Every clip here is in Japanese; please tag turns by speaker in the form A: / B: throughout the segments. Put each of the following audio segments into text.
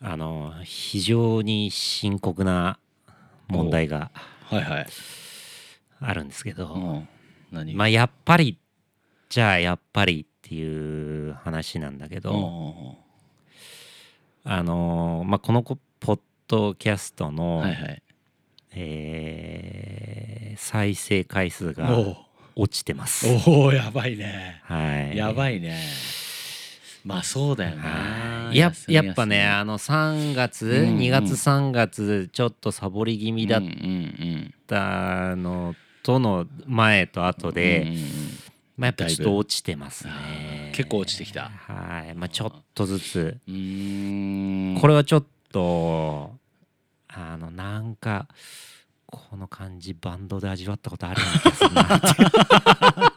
A: あの非常に深刻な問題が
B: はいはい。
A: あるんですけ
B: う
A: ど、
B: ん。何
A: まあ、やっぱりじゃあやっぱりっていう話なんだけ
B: うんう
A: ど、
B: んうん
A: あのまあ、このこポッドキャストの、
B: はいはい。
A: えー再生回数が
B: お
A: 落ちてます。
B: おおーやばいね。
A: はい、
B: や
A: い
B: ばいね。まあそうだよな。
A: や
B: 休み
A: やっぱね
B: 休
A: あの3月、
B: うんうん
A: 2月3月ちょっとサボり気
B: み
A: 味だっ
B: うんうん
A: たのとの前と後
B: うん。
A: で、
B: うんうんうん
A: まあ、やっぱちょっ
B: だい
A: と
B: ぶ
A: 落ちてます
B: あ
A: ね
B: ー結構落ちてきた
A: はい、まあ、ちょっとずつ
B: うーん。
A: これはちょっとあのなんかこの感じバンドで味わったことあるような気がするな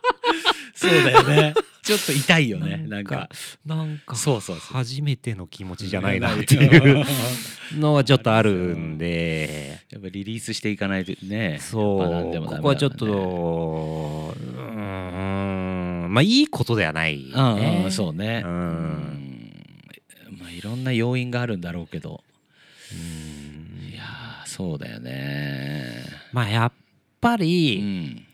B: そうだよ ね。ちょっと痛いよね。なんか。
A: なんか
B: そうそうそう。
A: 初めての気持ちじゃないなって いうのはちょっとあるんで
B: やっぱリリースしていかないとね。
A: そ
B: やっぱ何
A: う
B: で
A: こ
B: もダメだからね
A: こはちょっとうーんまあいいことではない、ね
B: うんうん、そうね。
A: う
B: うんん。まあいろんな要因があるんだろうけど。いやーそうだよね。
A: まあやっぱ
B: う
A: り、
B: ん。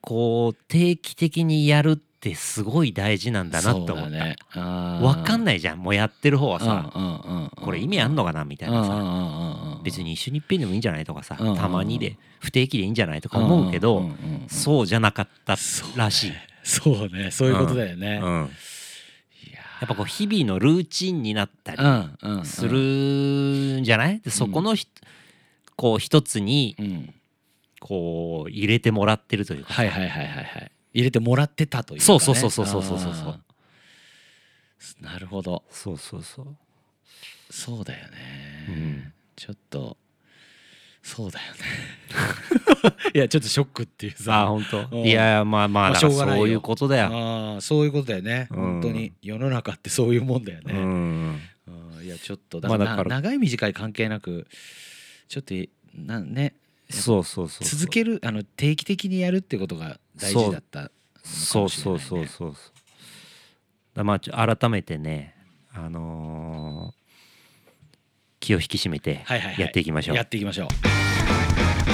A: こう定期的にやるってすごい大事なんだなって思
B: そう
A: っ
B: だね
A: た。
B: あー
A: わかんないじゃんもうやってる方はさ
B: うんうんうんうん
A: これ意味あんのかなみたい
B: うん
A: な
B: うんう
A: さ
B: んうん
A: 別に一緒にいっぺんでもいいんじゃないとかさ
B: うん
A: たまにで不定期でいいんじゃないとか思うけ
B: んん
A: ど
B: んうん
A: そうじゃなかったらしい。
B: そうねそういうことだよね
A: う。んやっぱこう日々のルーチンになったり
B: うんうんうん
A: するんじゃないでそこのひこう一つに
B: うん
A: こう入れてもらってるというか
B: はいはいはいはいはい入れてもらってたというかね
A: そうそうそうそうそうそうそうそう
B: あーなるほど
A: そうそうそう。
B: そうだよ
A: う
B: ね。
A: ん
B: ちょっとそうだよね。 いやちょっとショックっていう
A: あ
B: さ。
A: 本
B: うん
A: 当いやいやまあまあ
B: まあ
A: だから
B: しょうがないよ
A: そういうことだよ。
B: ああそういうことだよね、
A: うん
B: 本当に世の中ってそういうもんだよ
A: う
B: ね、
A: ん
B: うんいやちょっとだから,、
A: まあだから
B: 長い短い関係なくちょっとなね
A: そうそうそうそう
B: 続けるあの定期的にやるってことが大事だった
A: そうそうそうそうそうだまあちょ改めてねあのー気を引き締めて
B: はいはい、はい、
A: やっていきましょう
B: やっていきましょう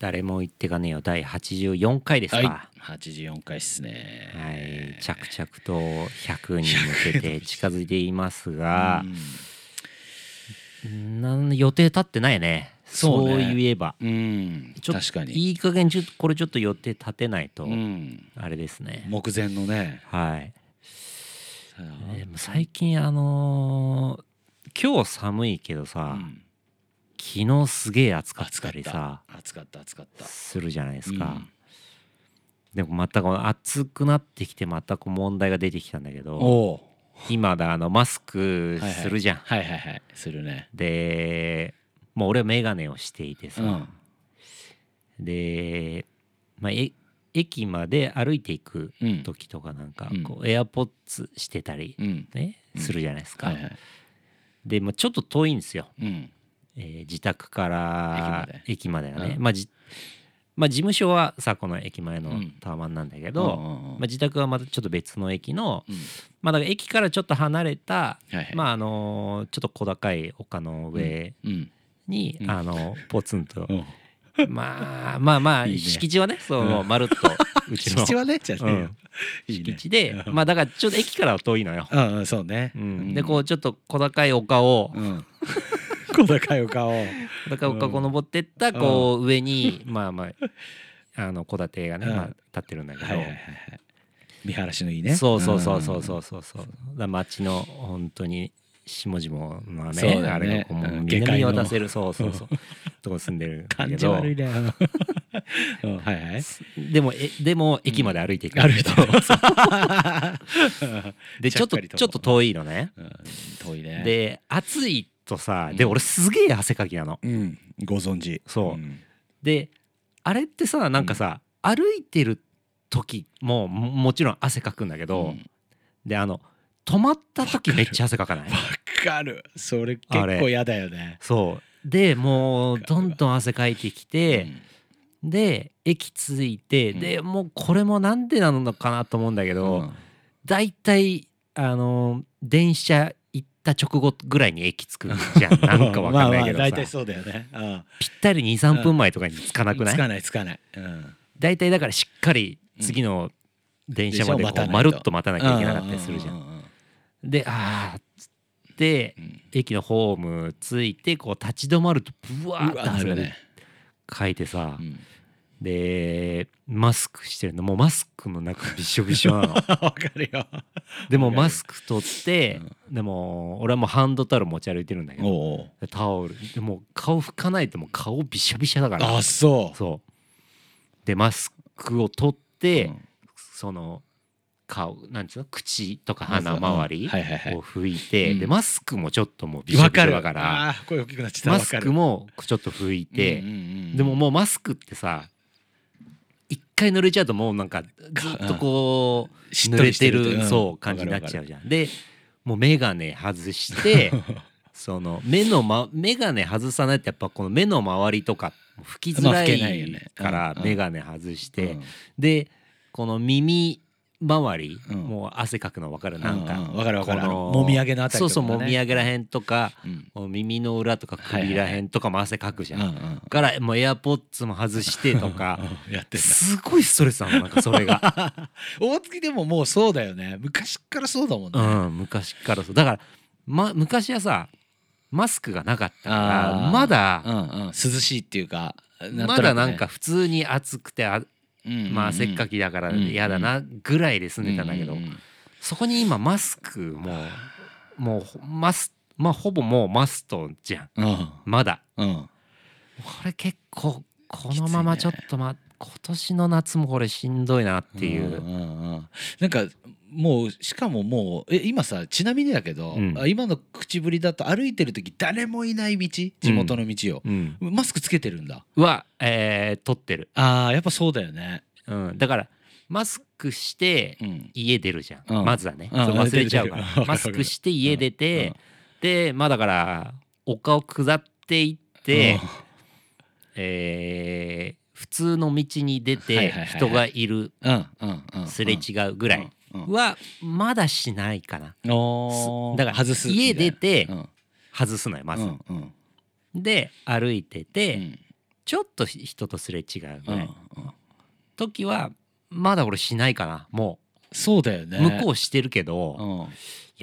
A: 誰も言ってかねえよ第84回です
B: はい
A: か
B: 84回っすね
A: はい着々と100に向けて近づいていますが
B: うん
A: なん予定立ってないね
B: そう
A: そう
B: ね
A: いえば
B: うん
A: ちょっと
B: 確かに
A: いい加減ちょっとこれちょっと予定立てないと
B: うん
A: あれですね
B: 目前のね
A: はいでも最近あのー今日寒いけどさ、
B: うん
A: 昨日すげえ暑かったりさ
B: 暑かった暑かった
A: するじゃないですか、
B: うん
A: でもまたこの暑くなってきてまたこう問題が出てきたんだけ
B: お
A: ど
B: お
A: 今だあのマスク
B: はいはい
A: するじゃん、
B: はいはいはいするね
A: でもう俺は眼鏡をしていて
B: う
A: さ、
B: ん
A: で、まあ、え駅まで歩いていく
B: うん
A: 時とかなんか
B: うん
A: こうエアポッツしてたり
B: うん
A: ね、
B: うん
A: するじゃないですか、
B: はいはい
A: で、まあ、ちょっと遠いんですよ
B: うん
A: えー自宅から駅まではね、
B: う
A: まあじまあ事務所はさこの駅前
B: う
A: の
B: ん
A: タワマンなんだけ
B: う
A: ど、
B: んうんうん
A: まあ、自宅はまたちょっと別の駅の、
B: うん
A: まあ、だから駅からちょっと離れた、
B: はいはい
A: まああのーちょっと小高い丘の上
B: うん
A: に、
B: うん
A: あのーポツンと、
B: うん
A: まあまあまあ
B: いいね
A: 敷地はねそのまるっとうちの
B: 敷地はねじゃねえよ
A: うん
B: いいね
A: 敷地で、
B: うん
A: まあだからちょっと駅からは遠いのよ。
B: うんうんそうね
A: うん、でこうちょっと小高い丘を
B: うん 小高い丘を
A: だから丘を登ってったこう上に まあまああの戸建てがね
B: うん
A: まあ立ってるんだけ
B: はいはいは
A: ど
B: いはい見晴らしのいいね
A: そうそうそうそうそうそうそうだから町の本当に下々の
B: そうだ
A: ね
B: よね
A: あれがこうもう
B: うん下
A: 南
B: 界
A: に
B: の
A: 渡せるそうそうそうとこ住んでるんだ
B: 感
A: け
B: じ
A: ど
B: 悪いねうんはい はい
A: でもえでも駅まで歩いていくんだ
B: 歩
A: け
B: い
A: ど
B: て
A: でちょっと
B: ゃかり
A: ちょっと遠いのね
B: うん遠いね
A: で暑いとさ
B: うん
A: で俺すげえ汗かきなの
B: うんご存知
A: そうんであれってさなんかさ、歩いてる時もももちろん汗かくんだけど、
B: うん
A: であの止まった時めっちゃ汗かかない
B: わかるそれ結
A: あ
B: 構
A: れ
B: 嫌だよね
A: そうでもう
B: わかる
A: ど
B: わ
A: んどん汗かいてきて、で駅着いて、
B: うん
A: でもうこれもなんでなのかなと思うんだけど、
B: うん
A: だいたいあのー電車行った直後ぐらいに駅着くじゃんなんかわかんないけど
B: まあまあ
A: さ
B: 大体そうだよね。うん
A: ぴったり23分前とかに着かなくない
B: つかないつかない。うん
A: 大体だからしっかり次の電車までこ
B: 電車を待たないうと
A: まるっと待たなきゃいけなかったりするじゃん。
B: ううう
A: であーっつって
B: うん
A: 駅のホーム着いてこう立ち止まるとブワー
B: う
A: って
B: わな
A: 汗
B: る
A: が
B: ね。
A: かいてさ、
B: うん
A: でマスクしてるのもうマスクの中びしょびしょ なの
B: わかるよ。
A: でもマスク取って、でも俺はもうハンドタオル持ち歩いてるんだけど
B: おお。
A: でタオルでもう顔拭かないともう顔びしゃびしゃだから
B: あそう。
A: そうでマスクを取って、
B: うん
A: その顔なんていうの口とか
B: ま
A: 鼻
B: ずは
A: 周り
B: うんはいはいはい
A: を拭いて、
B: うん
A: でマスクもちょっともうびしょびしょだから
B: わるあー声大きくなっちゃった。
A: マ
B: わか
A: ス
B: る
A: クもちょっと拭いて、
B: うんうんうん
A: でももうマスクってさ一回濡れちゃうともうなんかずっとこう
B: しっ
A: 濡
B: と
A: れ
B: りして
A: て
B: ると
A: る
B: うん
A: そう感じになっちゃうじゃん。でもう眼鏡外して その目の、ま、眼鏡外さないとやっぱこの目の周りとか拭きづ
B: ま
A: ら
B: あ拭けないよね
A: いから
B: うん
A: 眼鏡外して、
B: うん
A: でこの耳周り、
B: うん
A: もう汗かくの分かるなんか、
B: うんうんわかるわかる
A: この
B: あのもみあげのあたりとかね
A: そうそうもみあげらへんとか
B: うん
A: もう耳の裏とか首らへんとかも汗かくじゃん、
B: うんうん
A: からもうエアポッツも外してとか
B: うん やってんだ
A: すごいストレスなのなんかそれが
B: 大月でももうそうだよね昔から そうだもん
A: う
B: ね、あ
A: ん昔からそうだから、ま、昔はさマスクがなかったから
B: ー
A: まだ
B: うんうん、涼しいっていうか
A: まだなんか、普通に暑くてあ、まあ、汗っか
B: き
A: きだから嫌だなぐらいで済んでたんだけど、そこに今マスクももうマスまあほぼもうマストじゃん
B: うん
A: まだ
B: うん
A: これ結構このままちょっとま今年の夏もこれしんどいなってい
B: ん
A: う、
B: んうんなんかもうしかももうえ今さちなみにだけど、
A: うん
B: あ今の口ぶりだと歩いてる時誰もいない道地元の道を、
A: うん、
B: マスクつけてるんだ
A: は、えー、取ってる、
B: あーやっぱそうだよね、
A: うん、だからマスクして
B: うん、
A: 家出るじゃん、
B: うん
A: まずはね、
B: うん
A: そう忘れちゃう から
B: 出る出る
A: マスクして家出て、でまあだから丘を下っていって、えー普通の道に出
B: はい
A: て
B: はいはいはい
A: 人がいる
B: うんうんうんうん
A: すれ違うぐらい
B: うんうん
A: はまだしないかな
B: おー
A: だから
B: 外す
A: 家出て
B: うん
A: 外すのよまず、
B: うんうん
A: で歩いて
B: う
A: て、
B: ん
A: ちょっと人とすれ違うぐ
B: う
A: らい、
B: んうん
A: 時はまだ俺しないかなも
B: そうだよね
A: う向こうしてるけど、い
B: うん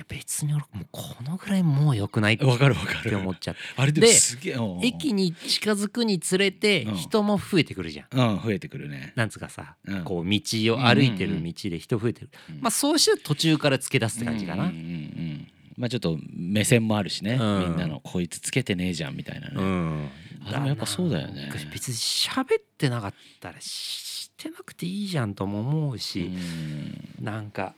A: や別に俺もうこのぐらいもう良くないって
B: わかるわかる
A: 思っちゃって
B: あれで
A: で
B: もすげえうん
A: 駅に近づくにつれて
B: うん
A: 人も増えてくるじゃん。
B: うん増えてくるね
A: なんつうかさ、
B: うん
A: こう道を歩いてる道で人増えてる、
B: うん
A: まあそうして途中から付け出すって感じかな、
B: うんうんうんうんまあちょっと目線もあるしねみ
A: うん
B: んなのこいつつけてねえじゃんみたいな
A: う
B: ね
A: ん
B: あでもやっぱそうだよね
A: なんか別に喋ってなかったらしてなくていいじゃんとも思うし、
B: うん
A: なんか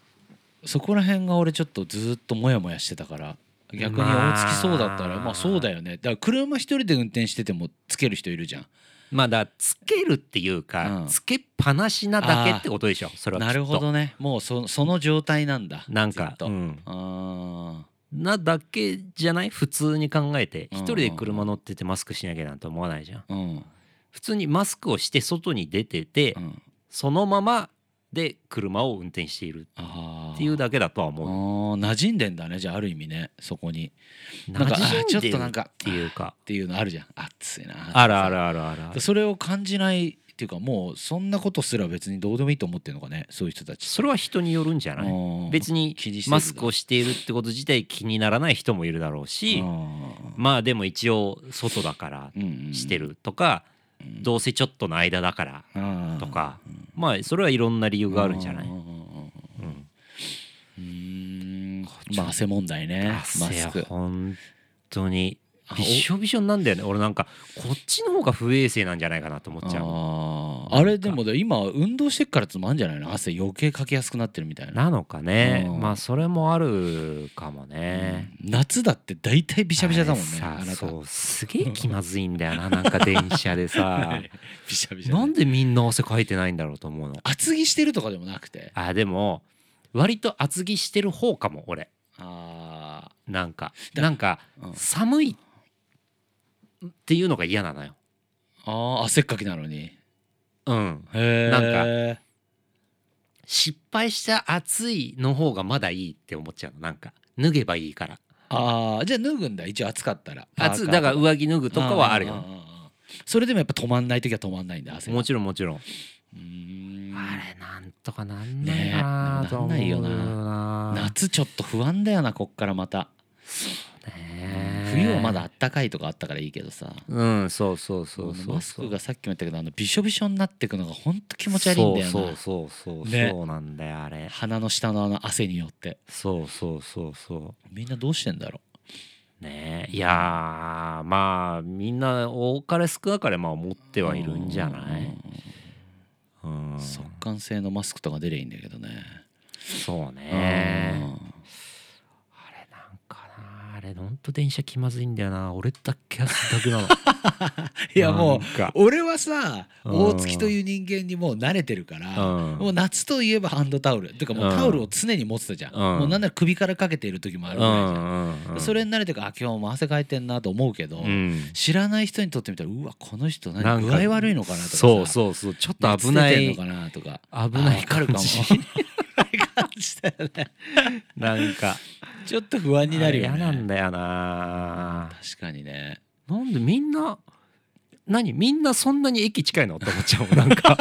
B: そこら辺が俺ちょっとずっとモヤモヤしてたから逆に大月そうだったら
A: まあ
B: まあそうだよねだから車一人で運転しててもつける人いるじゃん
A: まあだからつけるっていうか、
B: うん
A: つけっぱなしなだけってことでしょそれはきっと
B: なるほどねもうそその状態なんだ
A: なんか、
B: ずっと
A: うん
B: あ
A: なだけじゃない普通に考えて
B: うん
A: 一人で車乗っててマスクしなきゃなんて思わないじゃん
B: ーうん
A: 普通にマスクをして外に出てて、
B: うん
A: そのままで車を運転している
B: あー
A: っていうだけだとは
B: あ
A: 思う
B: ー馴染んでんだねじゃあある意味ねそこになんか
A: 馴染んでる
B: あーちょっとなんか
A: っていうか
B: っていうのあるじゃん暑いな
A: あるあるあるあるある
B: それを感じないっていうかもうそんなことすら別にどうでもいいと思ってるのかねそういう人たち
A: それは人によるんじゃない別
B: に
A: に
B: 気にせずだ
A: マスクをしているってこと自体気にならない人もいるだろうしまあでも一応外だからしてるとか、どうせちょっとの間だからとか、まあそれはいろんな理由があるんじゃない、うん
B: うんまあ汗問題ねマ
A: 汗
B: ス
A: は
B: ク
A: 本当に
B: あ
A: びっしょびしょになんだよね俺なんかこっちの方が不衛生なんじゃないかなと思っちゃう
B: あーあれでもだ今運動してっからってのもあるんじゃないの汗余計かきやすくなってるみたいな
A: なのかね
B: うん
A: まあそれもあるかもね、
B: うん夏だって大体び
A: び
B: しゃびしゃだもんねあなた
A: そうすげえ気まずいんだ よななんか電車でさ
B: びしゃびしゃ
A: なんでみんな汗かいてないんだろうと思うの
B: 厚着してるとかでもなくて
A: あでも割と厚着してる方かも俺
B: あ
A: なんか
B: だ
A: なんか
B: ー、うん
A: 寒いっていうのが嫌なのよ
B: あー汗っかきなのに
A: うん
B: へえ
A: なん失敗した暑いの方がまだいいって思っちゃうのなんか脱げばいいから
B: あーじゃあ脱ぐんだ一応暑かったら
A: 暑いだから
B: 上
A: 上着脱ぐとかはあるよ
B: それでもやっぱ止まんない時は止まんないんだ汗が
A: もちろんもちろん
B: うーん
A: あれなんとかなんないかな
B: ね
A: とは思うんだよ
B: なんないよ
A: な
B: 夏ちょっと不安だよなこっからまた
A: ね
B: 冬はまだあったかいとかあったからいいけどさ
A: うんそうそうそうそう
B: マスクがさっきも言ったけどあのびしょびしょになってくのがほんと気持ち悪いんだよな
A: そうそうそうそう
B: ね
A: そうなんだよあれ
B: 鼻の下のあの汗によって
A: そうそうそうそ
B: みんなどうしてんだろ
A: うねいやーまあみんな多かれ少なかれまあ持って
B: う
A: はいるんじゃないうん
B: 速乾性のマスクとか出りゃいいんだけどね
A: そうねあ
B: うん
A: れなんかなあれほんと電車気まずいんだよな俺だけ汗だくなの
B: いやもう
A: なんか
B: 俺はさ
A: うん
B: 大月という人間にもう慣れてるから
A: うん
B: もう夏といえばハンドタオルていうかもうタオルを常に持ってたじゃん
A: うん
B: もうなんなら首からかけている時もある
A: う
B: ぐらいじ
A: んうん
B: ゃ
A: うんん
B: それに慣れてるからあ今日も汗かいてんなと思うけど
A: うん
B: 知らない人にとってみたらうわこの人
A: な
B: 何
A: ん
B: 具
A: か
B: 合悪いのかなとかさ
A: そうそうそうちょっと危な
B: 熱出て
A: い
B: んのかなとか
A: 危ない
B: あわかるかも感じだよね
A: なんか
B: ちょっと不安になるよ
A: あれ嫌なん
B: ね
A: だよな
B: 確かにね
A: なんでみんな何みんなそんなに駅近いのって思っちゃうもん なんか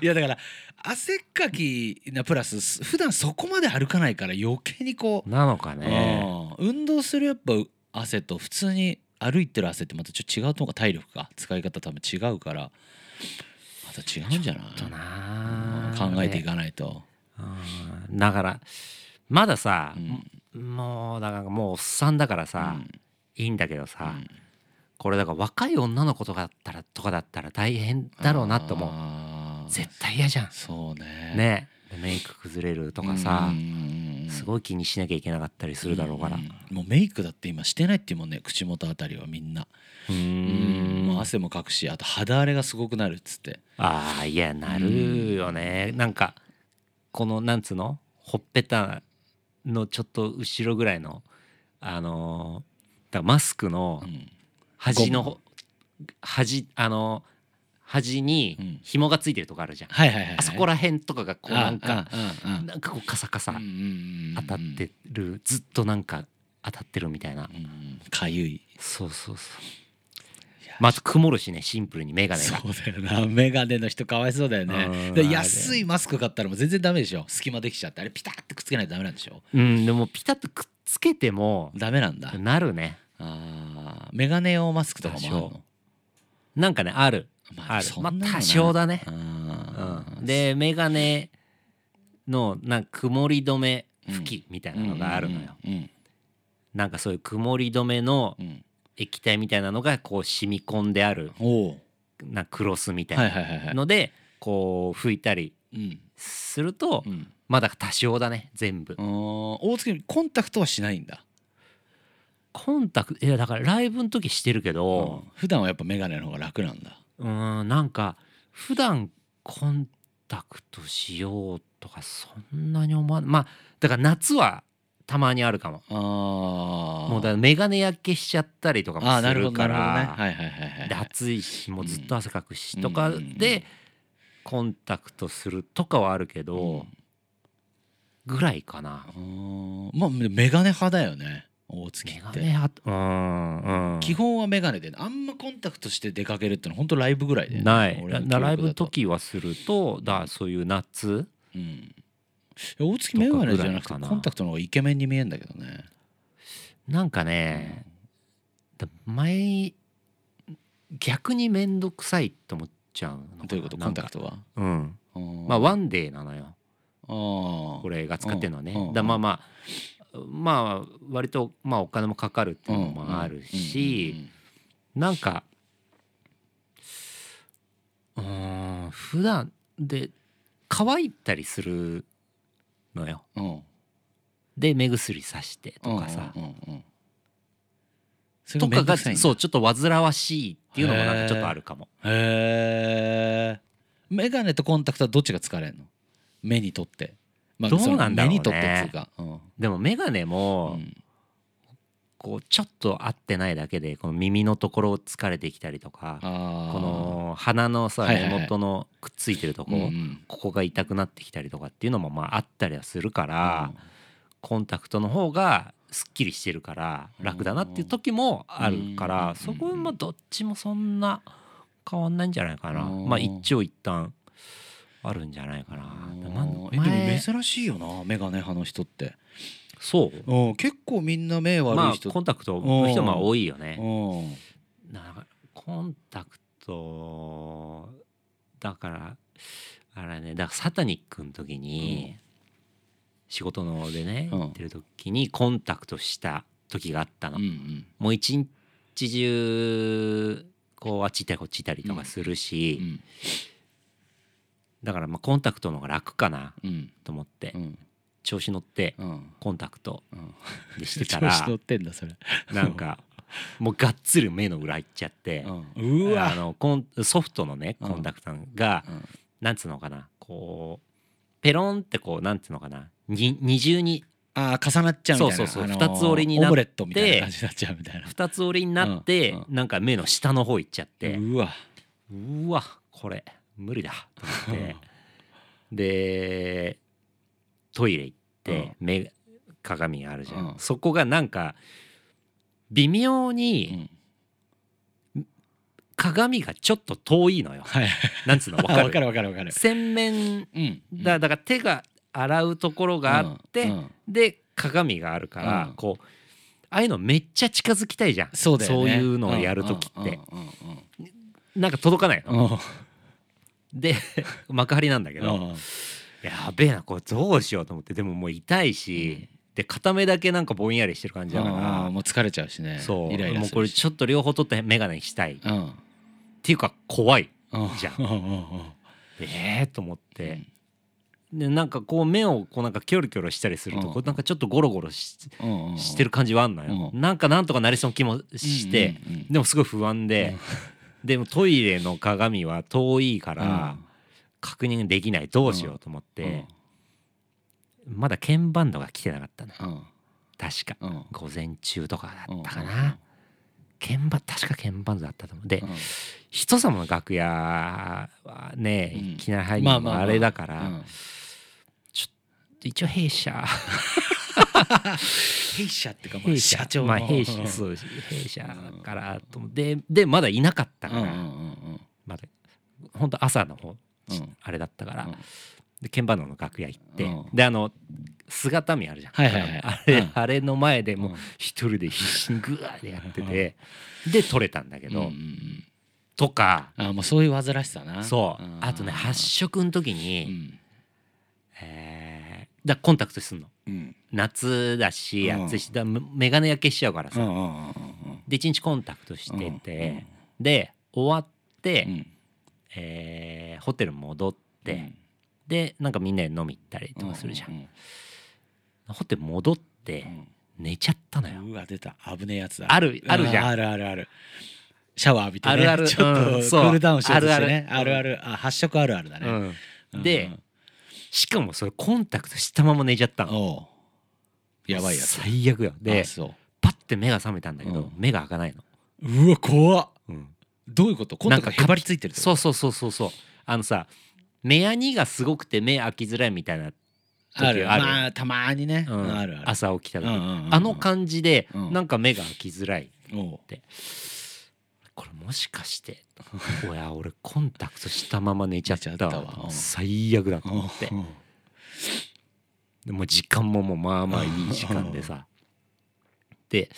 B: いやだから汗っかきなプラスす普段そこまで歩かないから余計にこう、
A: なのかね
B: うん運動するやっぱ汗と普通に歩いてる汗ってまたちょっと違うとこが体力か使い方多分違うからまた違うんじゃない
A: ちょっとな
B: うん考えてい
A: い
B: かないと、
A: だからまださ
B: う、ん
A: もうだからもうおっさんだからさ、
B: うん
A: いいんだけどさ、
B: うん
A: これだから若い女の子とかだったらとかだったら大変だろうなと思う
B: あー
A: 絶対嫌じゃん
B: そうね
A: ねメイク崩れるとかさ、す
B: い
A: ごい気にしなきゃいけなかったりするだろうから、
B: もうメイクだって今してないっていうもんね口元あたりはみんな
A: う
B: うん
A: ん
B: もう汗もかくしあと肌荒れがすごくなるっつって
A: ああいやなるよね、なんかこのなんつうのほっぺたのちょっと後ろぐらいのあのーだからマスクの
B: うん
A: 端の
B: ゴ
A: ほ端あのー端
B: うん
A: に紐がついてるとこあるじゃん、
B: はいはいはいはい
A: あそこら辺とかがこうなんか
B: うんうんうん
A: なんかこうカサカサ
B: うんうんうん
A: 当たってるずっとなんか当たってるみたいな
B: うんかゆい
A: そうそうそう
B: いや
A: まず曇るしねシンプルに眼鏡
B: そ
A: が
B: うだよなメガネの人かわいそうだよ
A: う
B: ね
A: ん
B: で安いマスク買ったらもう全然ダメでしょ隙間できちゃってあれピタってくっつけないとダメなんでしょ
A: うんでもピタッとくっつけても
B: ダメなんだ
A: なるね
B: あーメガネ用マスクとかもあるの
A: なんかねある
B: ま
A: ある
B: そん
A: ま
B: な
A: あ
B: のな
A: 多
B: い
A: 少だね、
B: あー
A: うん、で眼鏡のなんか曇り止め拭きみたいなのがあるのよ、
B: うん
A: なんかそういう曇り止めの
B: うんうん
A: 液体みたいなのがこう染み込んである
B: おお
A: なんかクロスみたい
B: はい
A: な
B: はいはいはい
A: のでこう拭いたり
B: うん
A: すると
B: うん
A: まだ多少だね全部
B: あー大月コンタクトはしないんだ
A: コンタクトいやだからライブの時してるけど
B: うん普段はやっぱメガネの方が楽なんだ
A: うーんなんか普段コンタクトしようとかそんなに思わないまあだから夏はたまにあるかも
B: あー
A: もうだから眼鏡焼けしちゃったりとかも
B: あー
A: す
B: なるほ
A: る
B: ど
A: か
B: なるほどね
A: ら
B: はいはいはいはい
A: で暑いしもうずっと汗かくしとか
B: うん
A: でコンタクトするとかはあるけどぐらいかな
B: うんまあメガネ派だよね大月
A: 眼
B: っ
A: 鏡
B: て
A: はうーんうん
B: 基本はメガネであんまコンタクトして出かけるってのは本当ライブぐらいで、ね、
A: ない
B: 俺の記
A: な
B: 憶
A: ライブの
B: だと、
A: 時はするとだからそういう夏
B: うん、いや大月メガネじゃなく
A: とかぐらいか
B: て
A: な
B: コンタクトの方がイケメンに見えんだけどね、
A: なんかねだ前逆に面倒くさいと思っちゃうのかな
B: どういうことコ
A: な
B: ン
A: ん
B: タ
A: か
B: クトは
A: うんま
B: ま
A: あワンデーなのよ
B: こ
A: これが使ってるのはね
B: うんうん
A: だまあまあまあ割とまあお金もかかるっていうのもあるしなんかうーん普段で乾いたりするのよで目薬さしてとかさとかがそううちょっと煩わしいっていうのもなんかちょっとあるかも
B: へえメガネとコンタクトはどっちが疲れんの目にとって、ま
A: どうなんだろうね
B: その目にとってっていうか、うん
A: でも眼鏡
B: う
A: も
B: ん
A: こうちょっと合ってないだけでこの耳のところ疲れてきたりとか
B: あー
A: この鼻のさ
B: はいはいは
A: 根
B: い
A: 元のくっついてるとこ、
B: うんうん
A: ここが痛くなってきたりとかっていうのもまああったりはするから、コンタクトの方がすっきりしてるから楽だなっていう時もあるから、
B: うん
A: そこはまあどっちもそんな変わんないんじゃないかな、
B: うん
A: まあ一長一短あるんじゃないかな、
B: うん
A: まあ
B: えで
A: 前
B: も珍しいよなメガネ派の人って
A: そう
B: うん結構みんな目悪
A: ま
B: い人
A: あコンタクトの人も多いよね。
B: うん
A: なんかコンタクトだからあれねだからサタニックの時に仕事のでね
B: うん
A: 行ってる時にコンタクトした時があったの
B: う。ん
A: もう一日中こうあっち行ったりこっち行ったりとかする
B: う
A: し
B: ん
A: だからまあコンタクトの方が楽かな
B: うん
A: と思って
B: うん
A: 調子乗って
B: うん
A: コンタクト
B: うん
A: でしてた
B: 調子乗
A: ら
B: ってんだそれ
A: なんかもうがっつり目の裏行っちゃって。
B: うんう
A: あ
B: わ
A: のコンソフトのね
B: うん
A: コンタクトが、
B: うん
A: なんつうのかなこうペロンってこうなんつうのかなに二重に
B: あー重なっちゃうみたいな
A: そうそうそう
B: あのー
A: 二つ折りになって
B: オムレットみたいな感じになっちゃうみたいな
A: 二つ折りになって、
B: うんう
A: なんか目の下の方行っちゃって、
B: うわ
A: うわこれ無理だと思ってでトイレ行って、目鏡あるじゃん、
B: うん
A: そこがなんか微妙
B: う
A: に
B: ん
A: 鏡がちょっと遠いのよ、
B: はい
A: なんつうの
B: あわ
A: 分か
B: かる
A: る
B: わかるわかる
A: 洗面
B: うん
A: だだから手が洗うところがあって、
B: うんうん
A: で鏡があるから、
B: うん
A: こうああいうのめっちゃ近づきたいじゃん
B: そうだよね
A: いうのをやる時って、
B: うんうん
A: なんか届かない
B: うん
A: の、
B: うんうん
A: で 幕張なんだけど、
B: うん
A: やべえなこれどうしようと思ってでももう痛いし、で片目だけなんかぼんやりしてる感じだか
B: うん
A: ら
B: う、んもう疲れちゃうしね
A: そう
B: イライラ
A: もう
B: す
A: こ
B: る
A: れ
B: し
A: ちょっと両方取って眼鏡したい、っ
B: うん
A: ていうか怖い
B: うん
A: じゃん
B: うんうんうん
A: ええと思って、でなんかこう目をこうなんかキョロキョロしたりすると、
B: うん
A: こうなんかちょっとゴロゴロし
B: うんうんうん
A: してる感じはあんのよ、
B: う
A: なんかなんとかなりそうな気もして、
B: うんうんうん
A: でもすごい不安で、でもトイレの鏡は遠いから
B: うん
A: 確認できないどうしようと思って、まだ鍵盤度が来てなかったのよ
B: うんうん
A: 確か、
B: うん
A: 午前中とかだったか
B: うんうんうん
A: な、鍵盤確か鍵盤度だったと思うで、
B: うん
A: 人様の楽屋はね、
B: うん
A: いきなり入るのもあれだから、
B: うん
A: 一応弊社
B: 弊社っていうかまあ
A: 弊社
B: 社長 の
A: まあ弊社そう弊社からと思ってででまだいなかった
B: うん
A: か
B: うん
A: ら、
B: うん
A: まだ本当朝の方、
B: うん
A: あれだったから、
B: うん
A: で鍵盤の楽屋行って、
B: うん
A: であの姿見あるじゃん、
B: はいはいはい
A: あれ、
B: うん
A: あれの前でもう
B: うん
A: 一人で必死にグワーでやってて、で撮れたんだけ
B: うんう
A: ど、
B: んうん
A: とか
B: あーもうそういう煩わしさな
A: そう、
B: ん
A: あとね発色の時
B: う
A: に、
B: ん
A: えーだからコンタクトすんの
B: うん
A: 夏だし
B: うん
A: 暑いしだからメガネ焼けしちゃうから
B: う
A: さ、
B: んうんうんうん
A: で一日コンタクトしてて、
B: うんうん
A: で終わって、
B: うん
A: えーホテル戻って、
B: うん
A: でなんかみんなで飲み行ったりとかするじゃん、
B: うん
A: ホテル戻って
B: うん
A: 寝ちゃったのよ、
B: うんうわ出た危ねえやつだ
A: あるあるじゃん
B: うあるあるあるシャワー浴びてね
A: あるある
B: ちょっと
A: う
B: ク
A: んそう
B: ールダウンしようとしてね
A: あ
B: あ
A: る
B: る
A: あ
B: あるあ発色あるあるだね
A: う、
B: うんん
A: でしかもそれコンタクトしたまま寝ちゃったの
B: おうやばいやつ
A: 最悪よで
B: あそう
A: パッて目が覚めたんだけど、
B: うん
A: 目が開かないの、
B: うわ怖っ
A: うん、
B: どういうことコンタクト
A: なん
B: が
A: か
B: へばりついてるってこと
A: そうそうそうそうそうあのさ目やにがすごくて目開きづらいみたいな、
B: ある
A: あ
B: あ
A: る
B: るまあたまにね
A: う
B: うんんあるある
A: 朝起きた時、あ
B: あ
A: の感じで、
B: うん
A: なんか目が開きづらい
B: おう
A: これもしか しておや俺コンタクトしたまま寝ちゃった
B: 寝ちゃ
A: わ
B: ったわうん
A: 最悪だと思って
B: おう
A: でもう時間ももうまあまあいい時間で さで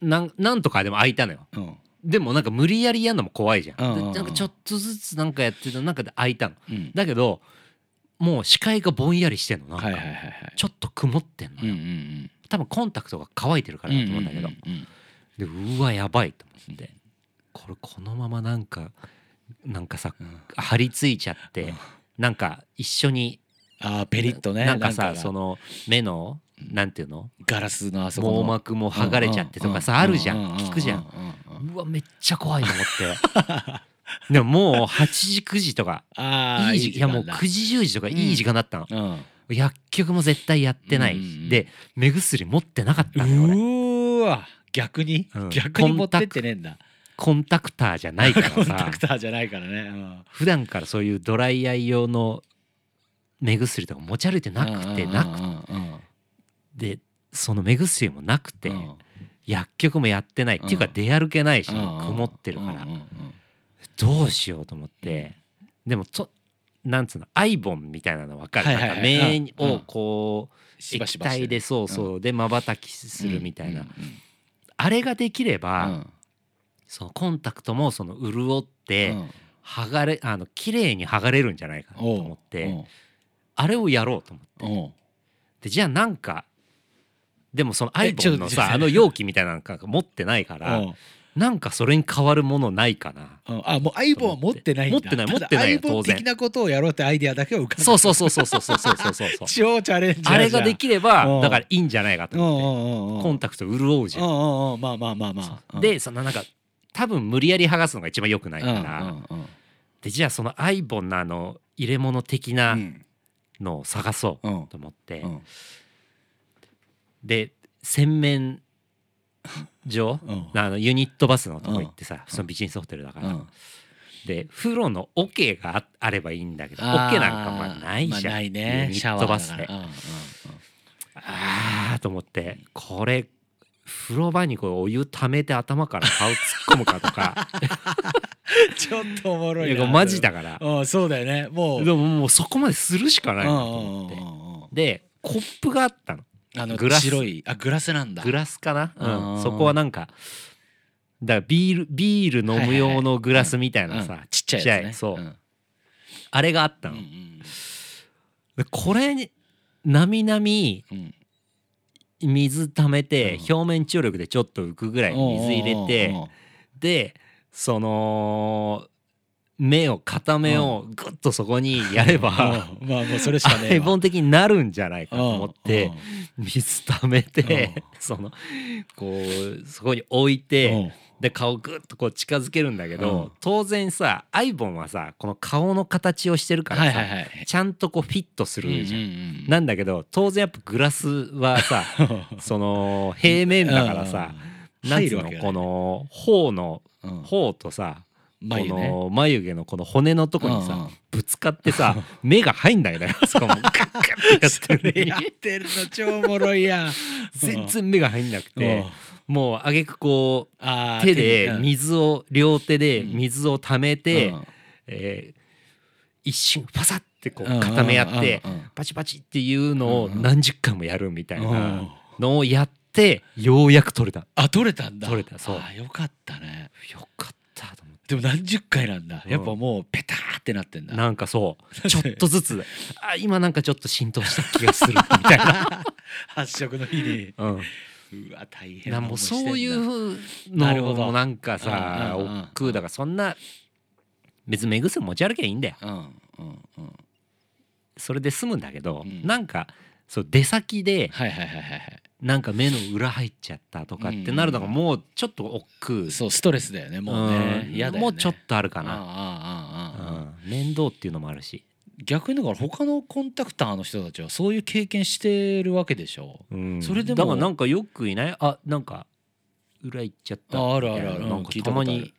A: うなんなんとかでも開いたのよ
B: うん
A: でもなんか無理やりやんのも怖いじゃん
B: うんうんうん
A: でなんかちょっとずつなんかやってた中で開いたの
B: うん
A: だけどもう視界がぼんやりしてんのなんか、
B: はいはいはいはい
A: ちょっと曇ってんの
B: うん
A: よ、
B: うんうん
A: 多分コンタクトが乾いてるからだと思うんだけど、
B: うんうん
A: でうわやばいと思ってこれこのままなんかなんかさ
B: うん
A: 張り付いちゃってなんか一緒に
B: ああペリッとね
A: なんかさそ
B: の
A: の目のなんていうの
B: ガラスのあそこの
A: 網膜も剥がれちゃってとかさあるじゃん聞くじゃんうわめっちゃ怖いと思って でももう8時9時とか
B: ああ
A: いい時いやもう9時10時とかいい時間だったの
B: うん
A: 薬局も絶対やってない
B: うんうんうん
A: で目薬持ってなかったのよ俺
B: うわ逆に、
A: うん
B: 逆に持ってってねえんだ
A: コンタクターじゃないか
B: コ
A: ら
B: ンタ
A: さ
B: クターじゃないからね、うん
A: 普段からそういうドライアイ用の目薬とか持ち歩いてなくてなくてその目薬もなくて、薬局もやってない、
B: うん
A: っていうか出歩けないし、曇
B: 曇
A: ってるから、どうしようと思って、でもとなんつうのアイボンみたいなの分かる、
B: はいはいはい
A: なんか
B: うん
A: 目をこう、
B: しばし
A: 液
B: ばして
A: 体でそうそう、でまばたきするみたいな、
B: うん
A: あれができれば、
B: うん
A: そのコンタクトもその潤っ
B: う
A: て、
B: ん
A: 剥がれあの綺麗に剥がれるんじゃないかなと思って、あれをやろうと思って
B: おうおう
A: でじゃあなんかでもそのアイボンの
B: ちょっ
A: さ
B: と
A: あの容器みたいなのなんか持ってないから
B: おう
A: なんかそれに変わるものないかな
B: うんあもうアイボンは持ってないんだ
A: 持ってない
B: ただ
A: 持ってないよ
B: アイボン
A: 当然
B: 的なことをやろうってアイデアだけは浮かんだ
A: そうそうそうそうそうそうそうそうそうそう
B: 超チャレンジャーじゃん
A: あれができれ
B: う
A: ば
B: ん
A: だからいいんじゃないかと
B: うんうん
A: 思っ
B: うんう
A: て
B: ん
A: コンタクト潤うじゃん
B: うんうんうんまあまあまあまあ
A: でそのなんか多分無理やり剥がすのが一番良くないから
B: うんうん
A: でじゃあそのアイボンのあの入れ物的なのを探そ
B: うんうん
A: うと思って、
B: うん
A: で洗面所、
B: うん
A: あのユニットバスのとこ行ってさ、そのビジネスホテルだから、
B: うん
A: で風呂の桶がああればいいんだけど
B: あー
A: 桶なんかまあないじゃん、
B: まあないね
A: ユニ
B: シャ
A: ッ
B: ワ
A: ト
B: ーだ
A: バ
B: か
A: ス
B: ら
A: で
B: うんうんうん
A: ああと思ってこれ風呂場にこうお湯溜めて頭から顔突っ込むか とか
B: ちょっとおもろい
A: い
B: な
A: やマジだから
B: うんそうだよねもう
A: でももうそこまでするしかないなと
B: うん
A: 思っ
B: うん
A: て
B: うんうん
A: でコップがあったの
B: あの
A: グラス
B: 白いあグラスなんだ
A: グラスかな、うん
B: あー
A: そこはなんかだからビールビール飲む用のグラスみたいなさ、
B: うんちっちゃいやつね
A: そう
B: うん
A: あれがあったの、
B: うん
A: でこれになみなみ
B: うんうん
A: 水溜めて
B: うん
A: 表面張力でちょっと浮くぐらい水入れ
B: うんうん
A: て
B: うん
A: でその目を片目をグッとそこにやれば
B: うんまあもうそれしかね
A: アイ
B: えわ
A: ボン的になるんじゃないかと思っ
B: う
A: て
B: んうん
A: 水溜めて
B: う
A: そのこうそこに置いてで顔グッとこう近づけるんだけ
B: うん
A: ど当然さアイボンはさこの顔の形をしてるから
B: はいはい
A: さ
B: はい
A: ちゃんとこうフィットするじゃん。
B: ん
A: なんだけど当然やっぱグラスはさその平面だからさ、なんつうのこの頬の
B: の
A: 頬とさこ
B: 眉ね
A: の眉毛のこの骨のとこに
B: うんうん
A: さぶつかってさ 目が入んない のよそこもガッガッてや
B: そ
A: って
B: れ
A: る
B: や
A: のに
B: ってるの超おもろい やん
A: 全然目が入んなく
B: う
A: て
B: ん
A: もうあげくこう
B: あー
A: 手で
B: うん
A: 水を両手で
B: うん
A: 水を溜めて
B: う、ん
A: えー一瞬パサってこ
B: うん
A: う固め合って
B: うんうんうん
A: パチパチっていうのを
B: うんうん
A: 何十回もやるみたい
B: うん
A: なのをやってようやく取れた
B: あ取れたんだ
A: 取れたそう
B: あーよかったね
A: よかったと思っ
B: でも何十回なんだ
A: うん
B: やっぱもうペターってなってんだ
A: てなんかそうちょっとずつあ今なんかちょっと浸透した気がするみたいな、
B: 発色の日に
A: うん、
B: うわ大変
A: な
B: なん
A: かもう
B: 思いしてんだ
A: そういう
B: なるほ
A: の
B: ど
A: もなんか
B: う
A: さ
B: んうんうんうん
A: 億劫だからそんな別に目薬持ち歩きゃいいんだよ
B: うんうんうん
A: それで済むんだけど、
B: うん
A: なんかそう出先で
B: はいはいはいはいはい
A: なんか目の裏入っちゃったとかってなるのがもうちょっと億劫
B: そうストレスだよねもうね
A: ん
B: 嫌だよね
A: もうちょっとあるか
B: あー
A: な、
B: あーあーあーあ
A: う
B: ー
A: ん面倒っていうのもあるし、
B: 逆にだから他のコンタクターの人たちはそういう経験してるわけでしょそれでも
A: だからなんかよくいないあなんか裏行っちゃった
B: ああるあるある
A: みたいななんか
B: 聞いた
A: た
B: ことあ
A: ま
B: る
A: に